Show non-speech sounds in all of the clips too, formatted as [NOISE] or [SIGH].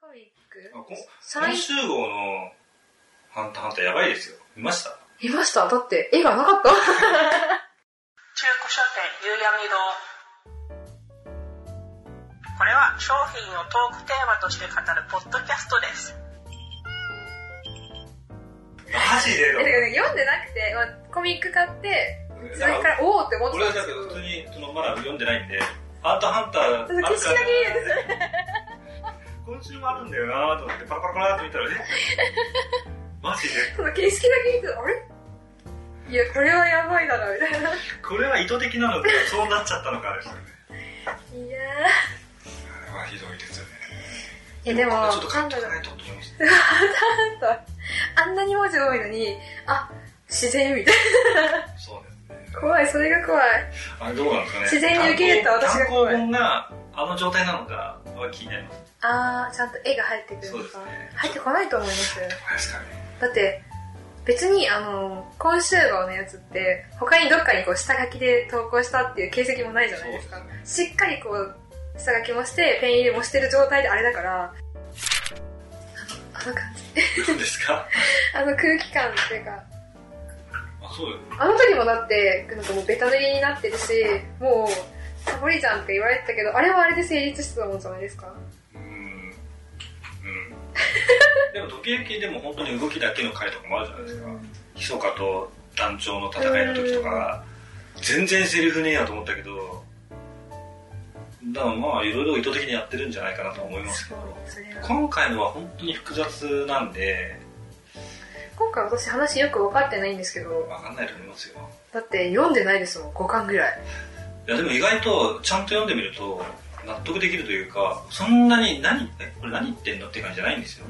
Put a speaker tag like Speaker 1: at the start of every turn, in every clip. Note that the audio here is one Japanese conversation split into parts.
Speaker 1: コミック
Speaker 2: あこ
Speaker 1: 最
Speaker 2: 今週号の「ハンターハンター」やばいですよ見ました
Speaker 1: いましただって絵がなかった
Speaker 3: 中古書店夕闇堂これは商品をトークテーマとして語るポッドキャストです
Speaker 2: マジで
Speaker 1: え
Speaker 2: と
Speaker 1: だか
Speaker 2: 思っ
Speaker 1: らね読
Speaker 2: て
Speaker 1: んでなくて、まあ、コミック買ってそれからおおって思って
Speaker 2: 俺
Speaker 1: た
Speaker 2: は
Speaker 1: んですけ
Speaker 2: だけど普
Speaker 1: ど
Speaker 2: 通にそのまだ読んでないんで「ハンターハンター」あ
Speaker 1: 消
Speaker 2: る
Speaker 1: し
Speaker 2: か
Speaker 1: な
Speaker 2: ら
Speaker 1: きゃいいですね
Speaker 2: 今週もあるんだよなと思ってパラパラパラって見たらねマジで
Speaker 1: その景色だけ見てあれいやこれはやばいだろ
Speaker 2: [LAUGHS]
Speaker 1: みたいない
Speaker 2: これは意図的なのかそうなっちゃったのかですよね
Speaker 1: や
Speaker 2: あれはひどいですよね
Speaker 1: ーえでも
Speaker 2: ちょっと
Speaker 1: な
Speaker 2: 監
Speaker 1: んだ
Speaker 2: 督
Speaker 1: ろう
Speaker 2: ないと思います
Speaker 1: あんなに文字多いのにあ自然みたい
Speaker 2: そうですね
Speaker 1: な怖いそれが怖い
Speaker 2: あれどうなんですかね
Speaker 1: 自然に受け入れた私が
Speaker 2: 単行本があの状態なのかは気になります
Speaker 1: あーちゃんと絵が入ってくる
Speaker 2: そう
Speaker 1: の
Speaker 2: で
Speaker 1: か、
Speaker 2: すね
Speaker 1: 入ってこないと思います
Speaker 2: ですかね
Speaker 1: だって別にあの今週号のやつって他にどっかにこう下書きで投稿したっていう形跡もないじゃないですか
Speaker 2: そう
Speaker 1: しっかりこう下書きもしてペン入れもしてる状態であれだからあのあの感じ
Speaker 2: どうですか
Speaker 1: あの空気感っていうか
Speaker 2: あそうよ
Speaker 1: あの時もだってなんかもうベタ塗りになってるしもうサボりじゃんって言われてたけどあれはあれで成立してたもんじゃないですか
Speaker 2: うんうんでも時々でも本当に動きだけの回とかもあるじゃないですか密かと団長の戦いの時とか全然セリフねえやと思ったけどだからまあいろいろ意図的にやってるんじゃないかなと思いますけ
Speaker 1: そう
Speaker 2: ど
Speaker 1: それは
Speaker 2: 今回のは本当に複雑なんで
Speaker 1: 今回私話よく分かってないんですけど
Speaker 2: 分かんないと思いますよ
Speaker 1: だって読んでないですもん5巻ぐらい
Speaker 2: いやでも意外とちゃんと読んでみると納得できるというかそんなに何えこれ何言ってんのって感じじゃないんですよ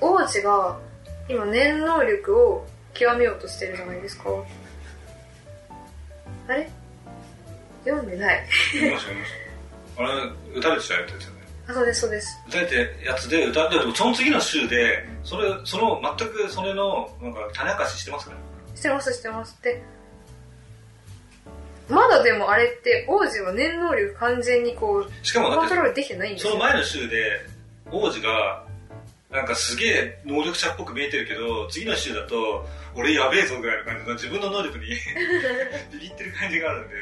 Speaker 1: 王子が今念能力を極めようとしてるじゃないですかあれ読んでない
Speaker 2: 読みました読みましたあれ打たれちゃうやつですよね
Speaker 1: あそうですそうです
Speaker 2: 歌えてやつで歌ってもその次の週でそれその全くそれのなんか種明かししてますから
Speaker 1: してますしてますってまだでもあれって王子は念能力完全にこう
Speaker 2: しかもだ
Speaker 1: コントロ
Speaker 2: っ
Speaker 1: ールできてないん
Speaker 2: て
Speaker 1: です
Speaker 2: そ
Speaker 1: よ
Speaker 2: の前の週で王子がなんかすげえ能力者っぽく見えてるけど次の週だと俺やべえぞぐらいの感じの自分の能力に [LAUGHS] ビビってる感じがあるんで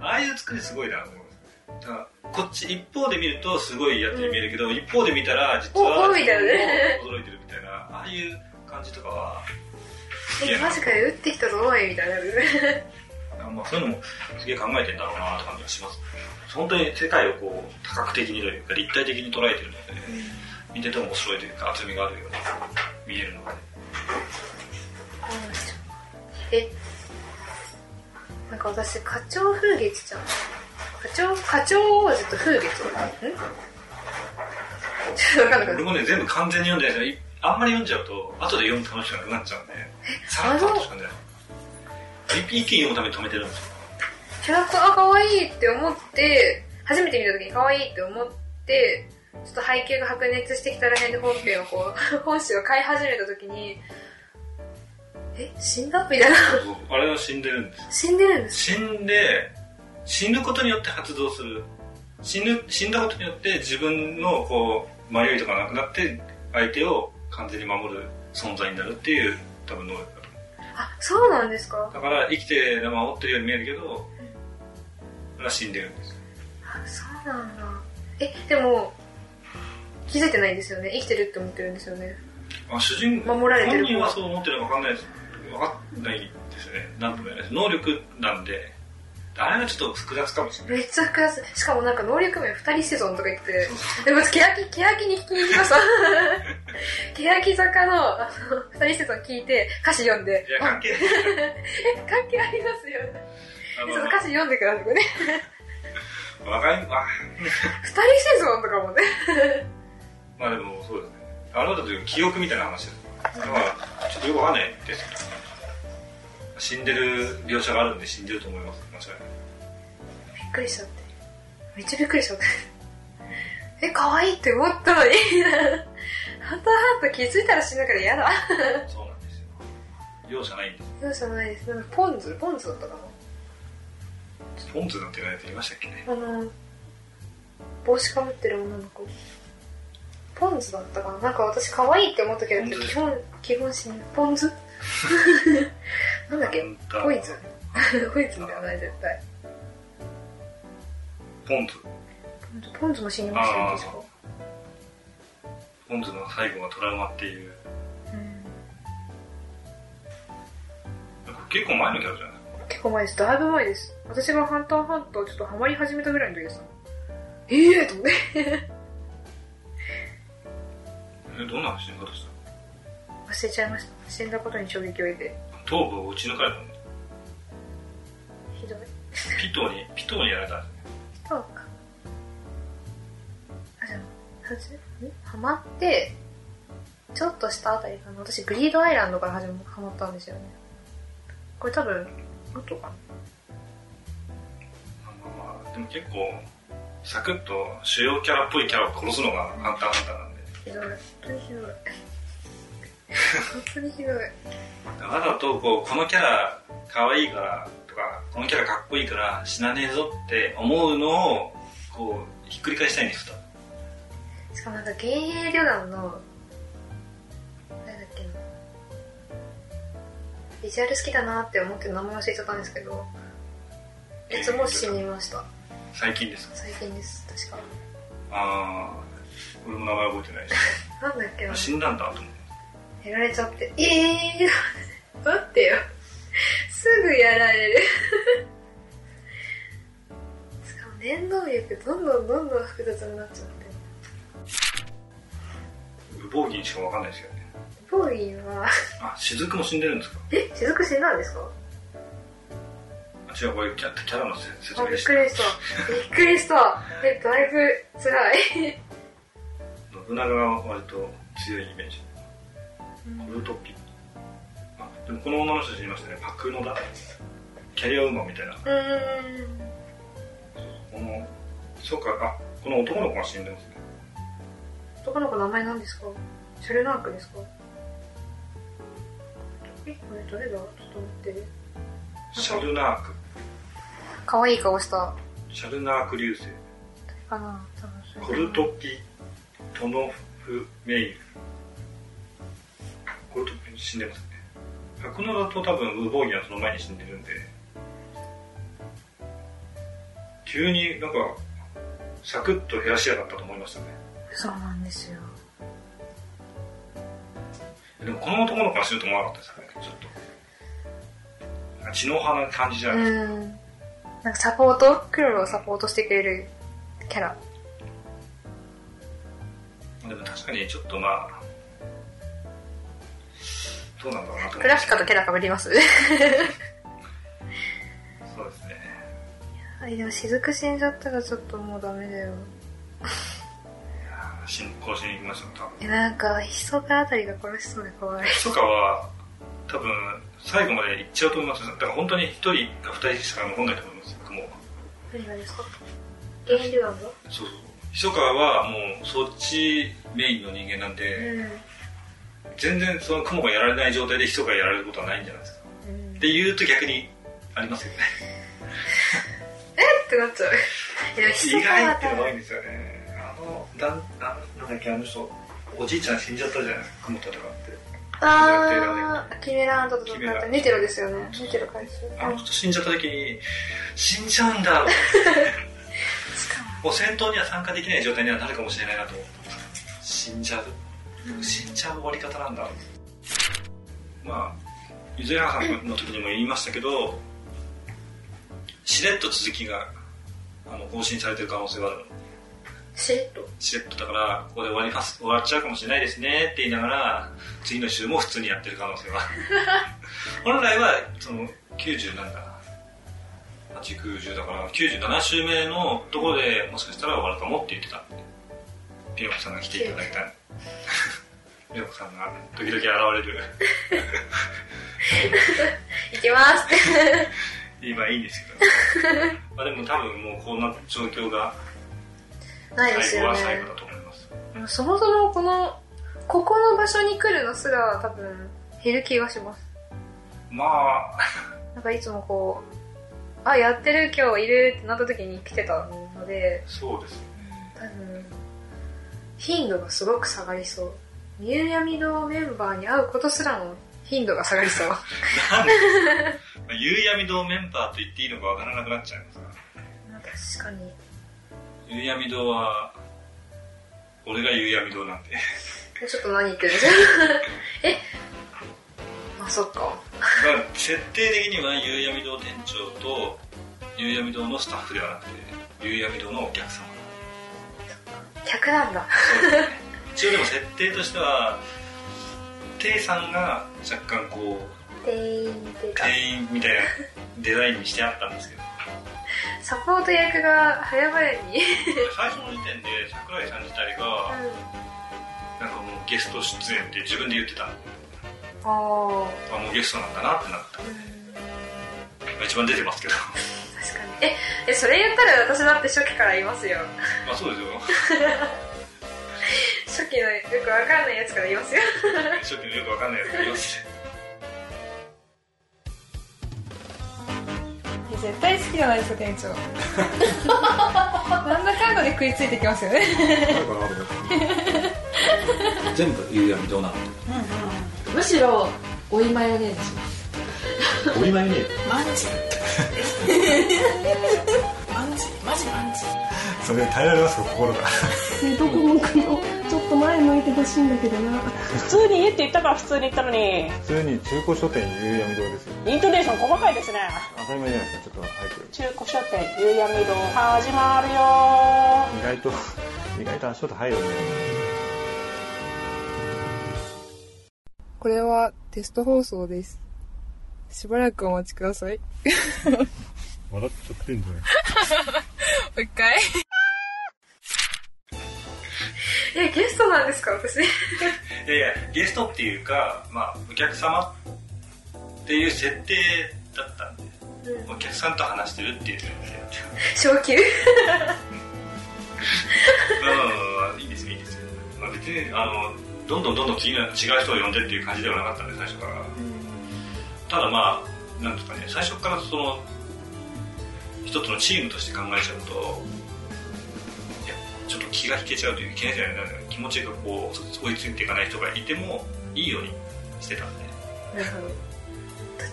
Speaker 2: ああいう作りすごいなと思いますだからこっち一方で見るとすごいやって見えるけど、一方で見たら実は
Speaker 1: おおみたいなね
Speaker 2: 自分も驚いてるみたいなああいう感じとかは好きや
Speaker 1: え
Speaker 2: な
Speaker 1: マジかよ打ってきたぞおいみたいな
Speaker 2: あまあ、そういうのもすげえ考えてんだろうなって感じがします本当に世界をこう多角的にというか立体的に捉えてるので、見てても面白いというか厚みがあるように見えるので
Speaker 1: えなんか私課長風月ちゃん課長課長王子と風月んちょっと分かんなかっ
Speaker 2: 俺もね全部完全に読んでないですよいあんまり読んじゃうと後で読む楽しくなくなっちゃうんでさらっとしか読んでない一気に読むために止めてるんですよ
Speaker 1: たキャラクター可愛いって思って初めて見た時に可愛いって思ってちょっと背景が白熱してきたら辺で本編をこう [LAUGHS] 本誌を買い始めた時にえ死んだみたいな
Speaker 2: あれは死んでるんですよ
Speaker 1: 死んでるんです
Speaker 2: 死んで死ぬことによって発動する死ぬ死んだことによって自分のこう迷いとかなくなって相手を完全に守る存在になるっていう多分能力だと思
Speaker 1: あそうなんですか
Speaker 2: うだから生きて守ってるように見えるけどそれは死んでるんです
Speaker 1: あそうなんだえでも気づいてないんですよね生きてるって思ってるんですよね
Speaker 2: あ主人
Speaker 1: 守られてる
Speaker 2: 本人はそう思ってるのか分かんないです分かんないですねなんとも言えないです能力なんであれはちょっと複雑かもしれない
Speaker 1: めっちゃ複雑しかもなんか能力面二人シーズンとか言っててでもケヤキケヤキに聞きに行きました
Speaker 2: [LAUGHS]
Speaker 1: ケヤキ坂のあの二人シーズン聞いて歌詞読んで
Speaker 2: いや
Speaker 1: あ
Speaker 2: 関係ない
Speaker 1: [LAUGHS] 関係ありますよね
Speaker 2: あ
Speaker 1: ち
Speaker 2: の
Speaker 1: ょっと歌詞読んでくださいね
Speaker 2: 若いあ
Speaker 1: 二人シーズンとかもね [LAUGHS]
Speaker 2: まあでもそうですね。あなたという記憶みたいな話です。だからちょっとよくわかんないですけど。死んでる描写があるんで死んでると思います。間違いな
Speaker 1: び
Speaker 2: い。
Speaker 1: っくりしちゃってめっちゃびっくりしちゃってえ可愛いって思ったのにハンターハンター気づいたら死ぬから嫌だ。
Speaker 2: そうなんですよ容赦ないんです
Speaker 1: 容赦ないです。なんかポン酢ポン酢だったか
Speaker 2: ポンズなんて言われて言いましたっけね
Speaker 1: な。あの、帽子かぶってる女の子。ポン酢だったかな。なんか私可愛いって思ったけど、
Speaker 2: ポン酢
Speaker 1: 基本、基本死ぬ。ポ [LAUGHS] ン酢なんだっけ
Speaker 2: なんか
Speaker 1: ポイズ [LAUGHS] ン。ポイズンではない、絶対。
Speaker 2: ポンズ
Speaker 1: ポン酢も死にましたよ
Speaker 2: あ、ー
Speaker 1: 確か。
Speaker 2: ポンズの最後はトラウマっていう
Speaker 1: うん
Speaker 2: 結構前のギャグじゃない
Speaker 1: 結構前です。だいぶ前です。私がハンターハンターちょっとハマり始めたぐらいの時です。ええー、と思って。
Speaker 2: えどんな話の方した
Speaker 1: 忘れちゃいました。死んだことに衝撃を得て。
Speaker 2: 頭部を打ち抜かれたんです
Speaker 1: ひどい。
Speaker 2: ピトーにピトーにやられたんです
Speaker 1: そうか。あ、じゃあ、はじ、んハマって、ちょっとしたあたりかな。私、グリードアイランドから始まハマったんですよね。これ多分、もっとかな。
Speaker 2: まあまあでも結構サクッと主要キャラっぽいキャラを殺すのがハンターハンターなんで
Speaker 1: ひどい。本当にひどい。本当にひどい。
Speaker 2: わざとこうこのキャラ可愛いからとかこのキャラかっこいいから死なねえぞって思うのをこうひっくり返したいんですと
Speaker 1: しかもなんか、幻影旅団の、なんだっけな。ビジュアル好きだなって思って名前忘れちゃったんですけど、いつも死にました。
Speaker 2: 最近です
Speaker 1: 最近です、確か。
Speaker 2: ああ俺も名前覚えてないし
Speaker 1: なんだっけな
Speaker 2: あ。 [LAUGHS] 死んだんだと思って
Speaker 1: やられちゃって。ええー、 [LAUGHS] 待ってよ。すぐやられる。 [LAUGHS] しかも念動力どんどんどんどん複雑になっちゃって。
Speaker 2: 無防銀しかわかんないですよね
Speaker 1: ボーイは、
Speaker 2: あ雫も死んでるんですか
Speaker 1: え、雫死んだんですか
Speaker 2: あ違うこれキャキャラのせ説
Speaker 1: あ、び
Speaker 2: 明で
Speaker 1: っ
Speaker 2: し
Speaker 1: く
Speaker 2: た
Speaker 1: りした。びっくりした。え、だいぶ辛い。
Speaker 2: 信長は割と強いイメージコルトピあでもこの女の人死にましたねパクノだキャリアウーマンみたいな
Speaker 1: うーん。
Speaker 2: このそうかあこの男の子が死んでますね
Speaker 1: 男の子名前なんですかシャルナークですかえ、これどれだちょっと待って。
Speaker 2: シャルナーク
Speaker 1: 可愛い顔した。
Speaker 2: シャルナーク流星
Speaker 1: かな多分それ
Speaker 2: コルトピトノフメイルコルトピ死んでますねパクノだと多分ウーボーギはその前に死んでるんで急になんかサクッと減らしやがったと思いましたね
Speaker 1: そうなんですよ。
Speaker 2: でもこの男の子が死ぬと思わなかったですね、ちょっと。なんか血の花な感じじゃ
Speaker 1: う
Speaker 2: ないです
Speaker 1: ん。なんかサポートクロロをサポートしてくれるキャラ。
Speaker 2: か。でも確かにちょっとまあ、どうなんだろうなと思
Speaker 1: クラフィカとキャラ被ります
Speaker 2: そうですね。
Speaker 1: [LAUGHS] あれでも雫死んじゃったらちょっともうダメだよ。
Speaker 2: 進行しに行きましょう、多分。
Speaker 1: え、なんか、ひそかあたりが殺しそうで怖い。
Speaker 2: とかは、多分、最後まで行っちゃうと思います。だから本当に一人か二人しか残んないと思います、僕も。
Speaker 1: 何がですか原因ではも
Speaker 2: そうそう。ひそかはもう、そっちメインの人間なん
Speaker 1: う
Speaker 2: で、
Speaker 1: ん。
Speaker 2: 全然その雲がやられない状態でひそかがやられることはないんじゃないですか。
Speaker 1: うん、
Speaker 2: っ
Speaker 1: え
Speaker 2: て言うと逆にありますよね。
Speaker 1: ってなっちゃう。いや、ひ
Speaker 2: 意
Speaker 1: そか
Speaker 2: 外
Speaker 1: は
Speaker 2: って
Speaker 1: 多
Speaker 2: うまいん
Speaker 1: 分、
Speaker 2: ですよねあのだんあなんだっけあの人おじいちゃん死んじゃったじゃないですか雲戦って
Speaker 1: あー、キメラーンと
Speaker 2: キメラ
Speaker 1: 戦ったネテロですよね。ネテロ回収。
Speaker 2: あの
Speaker 1: し
Speaker 2: 人死んじゃった時に死んじゃうんだろう
Speaker 1: かも、
Speaker 2: もう戦闘には参加できない状態にはなるかもしれないなと思って死んじゃう死んじゃう終わり方なんだまあゆずやはさんの時にも言いましたけどしれっと続きがあの更新されてる可能性はある
Speaker 1: しれっと。
Speaker 2: しれっとだから、ここで終わります、終わっちゃうかもしれないですねって言いながら、次の週も普通にやってる可能
Speaker 1: [LAUGHS]
Speaker 2: 性は。本来は、その、90なんだ。8、90だから、97週目のところでもしかしたら終わるかもって言ってた。ピヨコさんが来ていただきたい。ピヨコさんが時々現れる。
Speaker 1: いきますって。
Speaker 2: 今いいんです
Speaker 1: [LAUGHS]
Speaker 2: けど。まあでも多分もうこんな状況が
Speaker 1: ないです
Speaker 2: 最後
Speaker 1: よ
Speaker 2: は
Speaker 1: ね。
Speaker 2: 最後だと思います。
Speaker 1: そもそもこのここの場所に来るのすら多分減る気がします
Speaker 2: まあ、
Speaker 1: なんかいつもこうあやってる今日いるってなった時に来てたので
Speaker 2: そうですよ
Speaker 1: 多分頻度がすごく下がりそうミューヤミ堂メンバーに会うことすらも頻度が下がりそう [LAUGHS]
Speaker 2: なんでまあ夕闇堂メンバーと言っていいのかわからなくなっちゃいますが
Speaker 1: 確かに
Speaker 2: 夕闇堂は俺が夕闇堂なんで
Speaker 1: ちょっと何言ってるん [LAUGHS] ですかえあそっか
Speaker 2: まあ設定的には夕闇堂店長と夕闇堂のスタッフではなくて夕闇堂のお客様
Speaker 1: 客なんだ
Speaker 2: そうですね一応でも設定としてはテイさんが若干こう
Speaker 1: 店員っていうか
Speaker 2: 店員みたいなデザインにしてあったんですけど
Speaker 1: サポート役が早々に、
Speaker 2: 最初の時点で桜井さん自体がなんかもうゲスト出演って自分で言ってたんで
Speaker 1: ああ
Speaker 2: あもうゲストなんだなってなったまあ一番出てますけど [LAUGHS]
Speaker 1: 確かにええそれ言ったら私だって初期から言いますよ
Speaker 2: まあそうですよ
Speaker 1: 初期のよくわかんないやつから言いますよ
Speaker 2: ちょっとよくわかんないやつがいます
Speaker 1: 絶対好きじゃないですか店 [LAUGHS] 長なんだかんだで食いついてきますよね
Speaker 4: るかなと思って全部夕闇堂なの
Speaker 5: むしろおいマヨネーズします
Speaker 4: お見舞いね
Speaker 6: マジマジマジマジ
Speaker 4: それ耐えられますか心が
Speaker 7: 水戸黄門くんのちょっと前向いてほしいんだけどな
Speaker 6: 普通に家って言ったから普通に言ったのに
Speaker 8: 普通に中古書店夕闇堂ですよ
Speaker 6: イントネーション細かいですね
Speaker 8: 当たり前じゃないですかちょっと早く
Speaker 6: 中古書店夕闇堂始まるよ
Speaker 8: 意外と意外と足音入るね
Speaker 9: これはテスト放送です。しばらくお待ちください。
Speaker 4: 笑っちゃってんじゃない
Speaker 9: も
Speaker 1: [LAUGHS]
Speaker 9: う一回
Speaker 1: いやゲストなんですか私
Speaker 2: いやいやゲストっていうか、まあ、お客様っていう設定だったんで、お客さんと話してるっていう設定
Speaker 1: 小級
Speaker 2: まあまあまあまあいいですよいいですよ、まあ、別にあのどんどんどんどん次の違う人を呼んでっていう感じではなかったんで最初から、ただまあなんですかね最初からその一つのチームとして考えちゃうといやちょっと気が引けちゃうという気が引けないじゃないですか気持ちがこう追いついていかない人がいてもいいようにしてたんで
Speaker 1: なるほど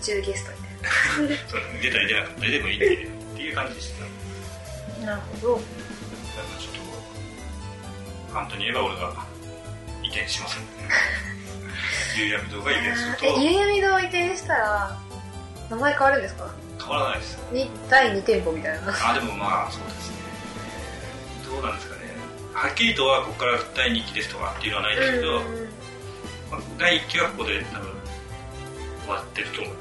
Speaker 1: 途中ゲストみたい
Speaker 2: その出たり出なかったりでもいいんでっていう感じでしてたんで
Speaker 1: ななるほど
Speaker 2: だからちょっと簡単に言えば俺が移転しますんで夕闇堂が移転すると
Speaker 1: え夕闇堂移転したら名前変わるんですか
Speaker 2: 変わらないです
Speaker 1: に第2店舗みたいな
Speaker 2: あでもまあそうですねどうなんですかねはっきりとはここから第2期ですとかっていうのはないですけど、まあ第1期はここで多分終わってると思いま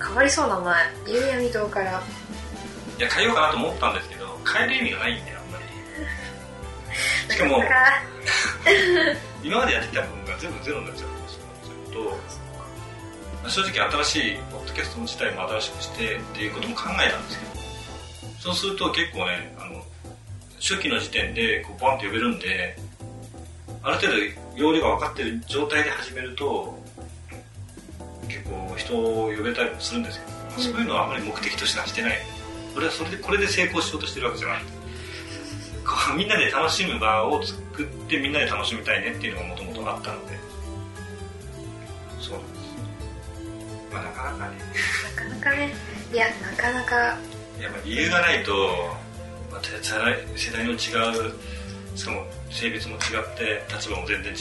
Speaker 2: す
Speaker 1: 変わりそうな名前夕闇堂から
Speaker 2: いや変えようかなと思ったんですけど変える意味がないんであんまりしかも
Speaker 1: だから
Speaker 2: 今までやってきた分が全部ゼロになっちゃうかもしれないですけど正直新しいポッドキャスト自体も新しくしてっていうことも考えたんですけどそうすると結構ねあの初期の時点でこうバンって呼べるんである程度要領が分かってる状態で始めると結構人を呼べたりもするんですけど、そういうのはあまり目的としてはしてない俺はそれでこれで成功しようとしてるわけじゃないこうみんなで楽しむ場を作ってみんなで楽しみたいねっていうのがもともとあったのでそうなんですまあなかなかね
Speaker 1: なかなかねいやなかなか
Speaker 2: いやっぱ理由がないと、まあ、世代世代の違うしかも性別も違って立場も全然違う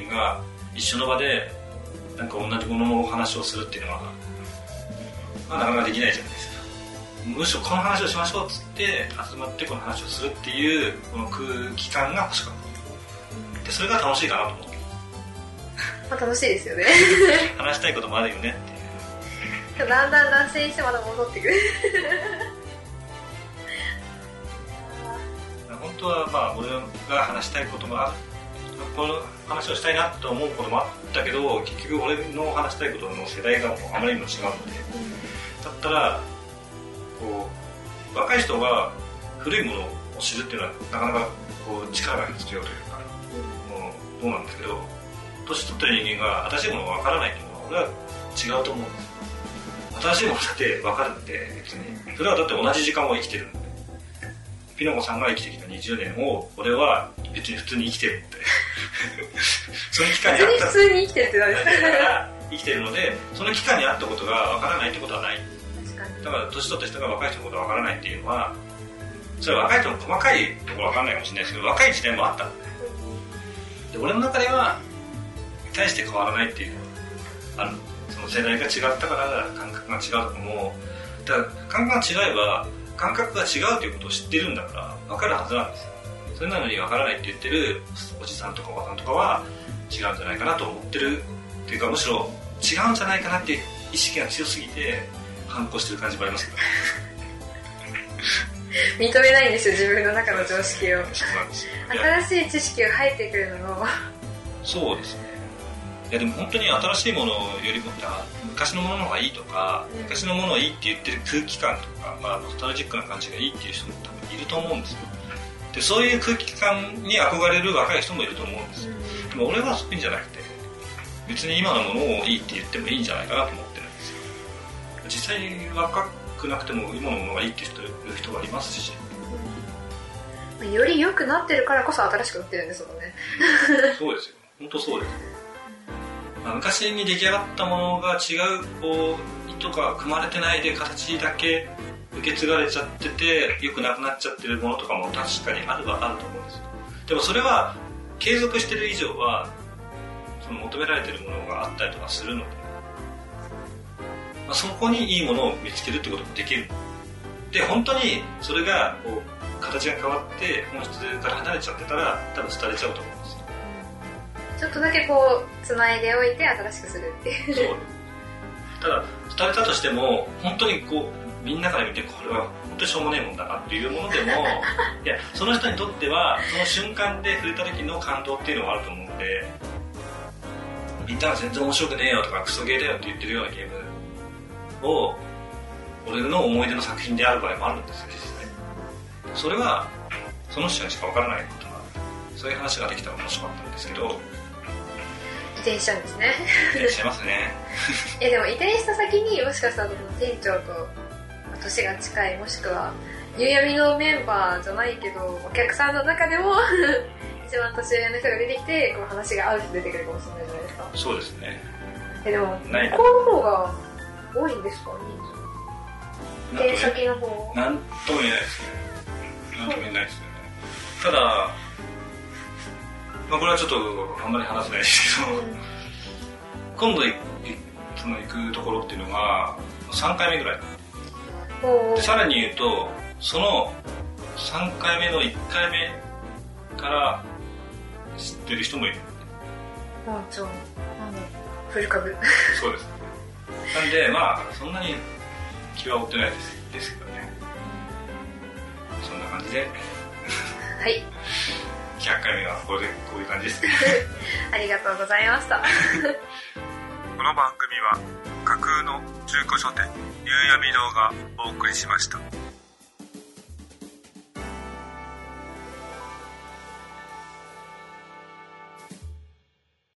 Speaker 2: 人間が一緒の場でなんか同じもののお話をするっていうのは、まあ、なかなかできないじゃないですかむしろこの話をしましょうっつって集まってこの話をするっていうこの空気感が欲しかったでそれが楽しいかなと思って
Speaker 1: まあ楽しいですよね
Speaker 2: 話したいこともあるよねっていう
Speaker 1: だんだん脱線してまた戻ってくる
Speaker 2: 本当はまあ俺が話したいこともあこの話をしたいなと思うこともあったけど結局俺の話したいことの世代がもうあまりにも違うので、だったらこう若い人が古いものを知るっていうのはなかなかこう力が必要というか、ものなんだけど年取ってる人間が新しいものが分からないっていうのは俺は違うと思うんですよ新しいものだって分かるって別にそれはだって同じ時間を生きてるんでピノコさんが生きてきた20年を俺は別に普通に生きてるって [LAUGHS] その期間にあっ
Speaker 1: に
Speaker 2: た
Speaker 1: 普通に生きてるってなる
Speaker 2: だから生きてるのでその期間にあったことがわからないってことはない
Speaker 1: 確かに
Speaker 2: だから年取った人が若い人のことがわからないっていうのはそれは若い人の細かいところわからないかもしれないですけど若い時代もあったんでで俺の中では大して変わらないっていうのがあるその世代が違ったから感覚が違うとかもだから感覚が違えば感覚が違うということを知ってるんだから分かるはずなんですよそれなのに分からないって言ってるおじさんとかおばさんとかは違うんじゃないかなと思ってるっていうかむしろ違うんじゃないかなっていう意識が強すぎて反抗してる感じもありますけど
Speaker 1: 認めないんですよ自分の中の常識を
Speaker 2: そうなんですよいや
Speaker 1: 新しい知識が入ってくるのを
Speaker 2: そうですねいやでも本当に新しいものよりもあ昔のものの方がいいとか、
Speaker 1: うん
Speaker 2: 昔のものをいいって言ってる空気感とか、まあ、ノスタルジックな感じがいいっていう人も多分いると思うんですよでそういう空気感に憧れる若い人もいると思うんですよでも俺はそういうんじゃなくて別に今のものをいいって言ってもいいんじゃないかなと思ってるんですよ実際若くなくても今のものがいいって人いる人はいますし
Speaker 1: より良くなってるからこそ新しくなってるんですもんね
Speaker 2: そうですよ。本当そうですよ。まあ昔に出来上がったものが違う、こう、糸が組まれてないで形だけ受け継がれちゃってて、良くなくなっちゃってるものとかも確かにあるはあると思うんですよ。でもそれは継続してる以上は、その求められてるものがあったりとかするので、まあ、そこにいいものを見つけるってこともできる。で、本当にそれが、こう、形が変わって本質から離れちゃってたら、多分廃れちゃうと思うんですよ。
Speaker 1: ちょっとだけこうつないでおいて新しくするっていう
Speaker 2: そうただ伝えたとしても本当にこうみんなから見てこれは本当にしょうもねえもんだなっていうものでもいやその人にとってはその瞬間で触れた時の感動っていうのはあると思うんでみんなは全然面白くねえよとかクソゲーだよって言ってるようなゲームを俺の思い出の作品である場合もあるんですよ実際それはその人にしか分からないことなんでそういう話ができたら面白かったんですけど
Speaker 1: 移転しちゃうんですね
Speaker 2: いらっしゃいますね
Speaker 1: [LAUGHS] いやでも移転した先にもしかしたらその店長と年が近いもしくは夕闇のメンバーじゃないけどお客さんの中でも [LAUGHS] 一番年上の人が出てきてこの話が合う人出てくるかもしれないじゃないですか
Speaker 2: そうですね
Speaker 1: えでも
Speaker 2: ない
Speaker 1: 向こうの方が多いんですか移
Speaker 2: なんとも
Speaker 1: 転先の方
Speaker 2: なんとも言えないですね。なんとも言えないですよね。ただ、まあ、これはちょっとあんまり話せないですけど、 [LAUGHS] 今度いその行くところっていうのが3回目ぐらい。
Speaker 1: お
Speaker 2: でさらに言うと、その3回目の1回目から知ってる人もいる。
Speaker 1: もうちょなんだろう古株 [LAUGHS]
Speaker 2: そうです。なんで、まあ、そんなに気は負ってないですですけどね。そんな感じで、
Speaker 1: はい
Speaker 2: 100回目はこれでこういう感じですね。
Speaker 1: ありがとうございました
Speaker 2: この番組は架空の中古書店夕闇堂がお送りしました。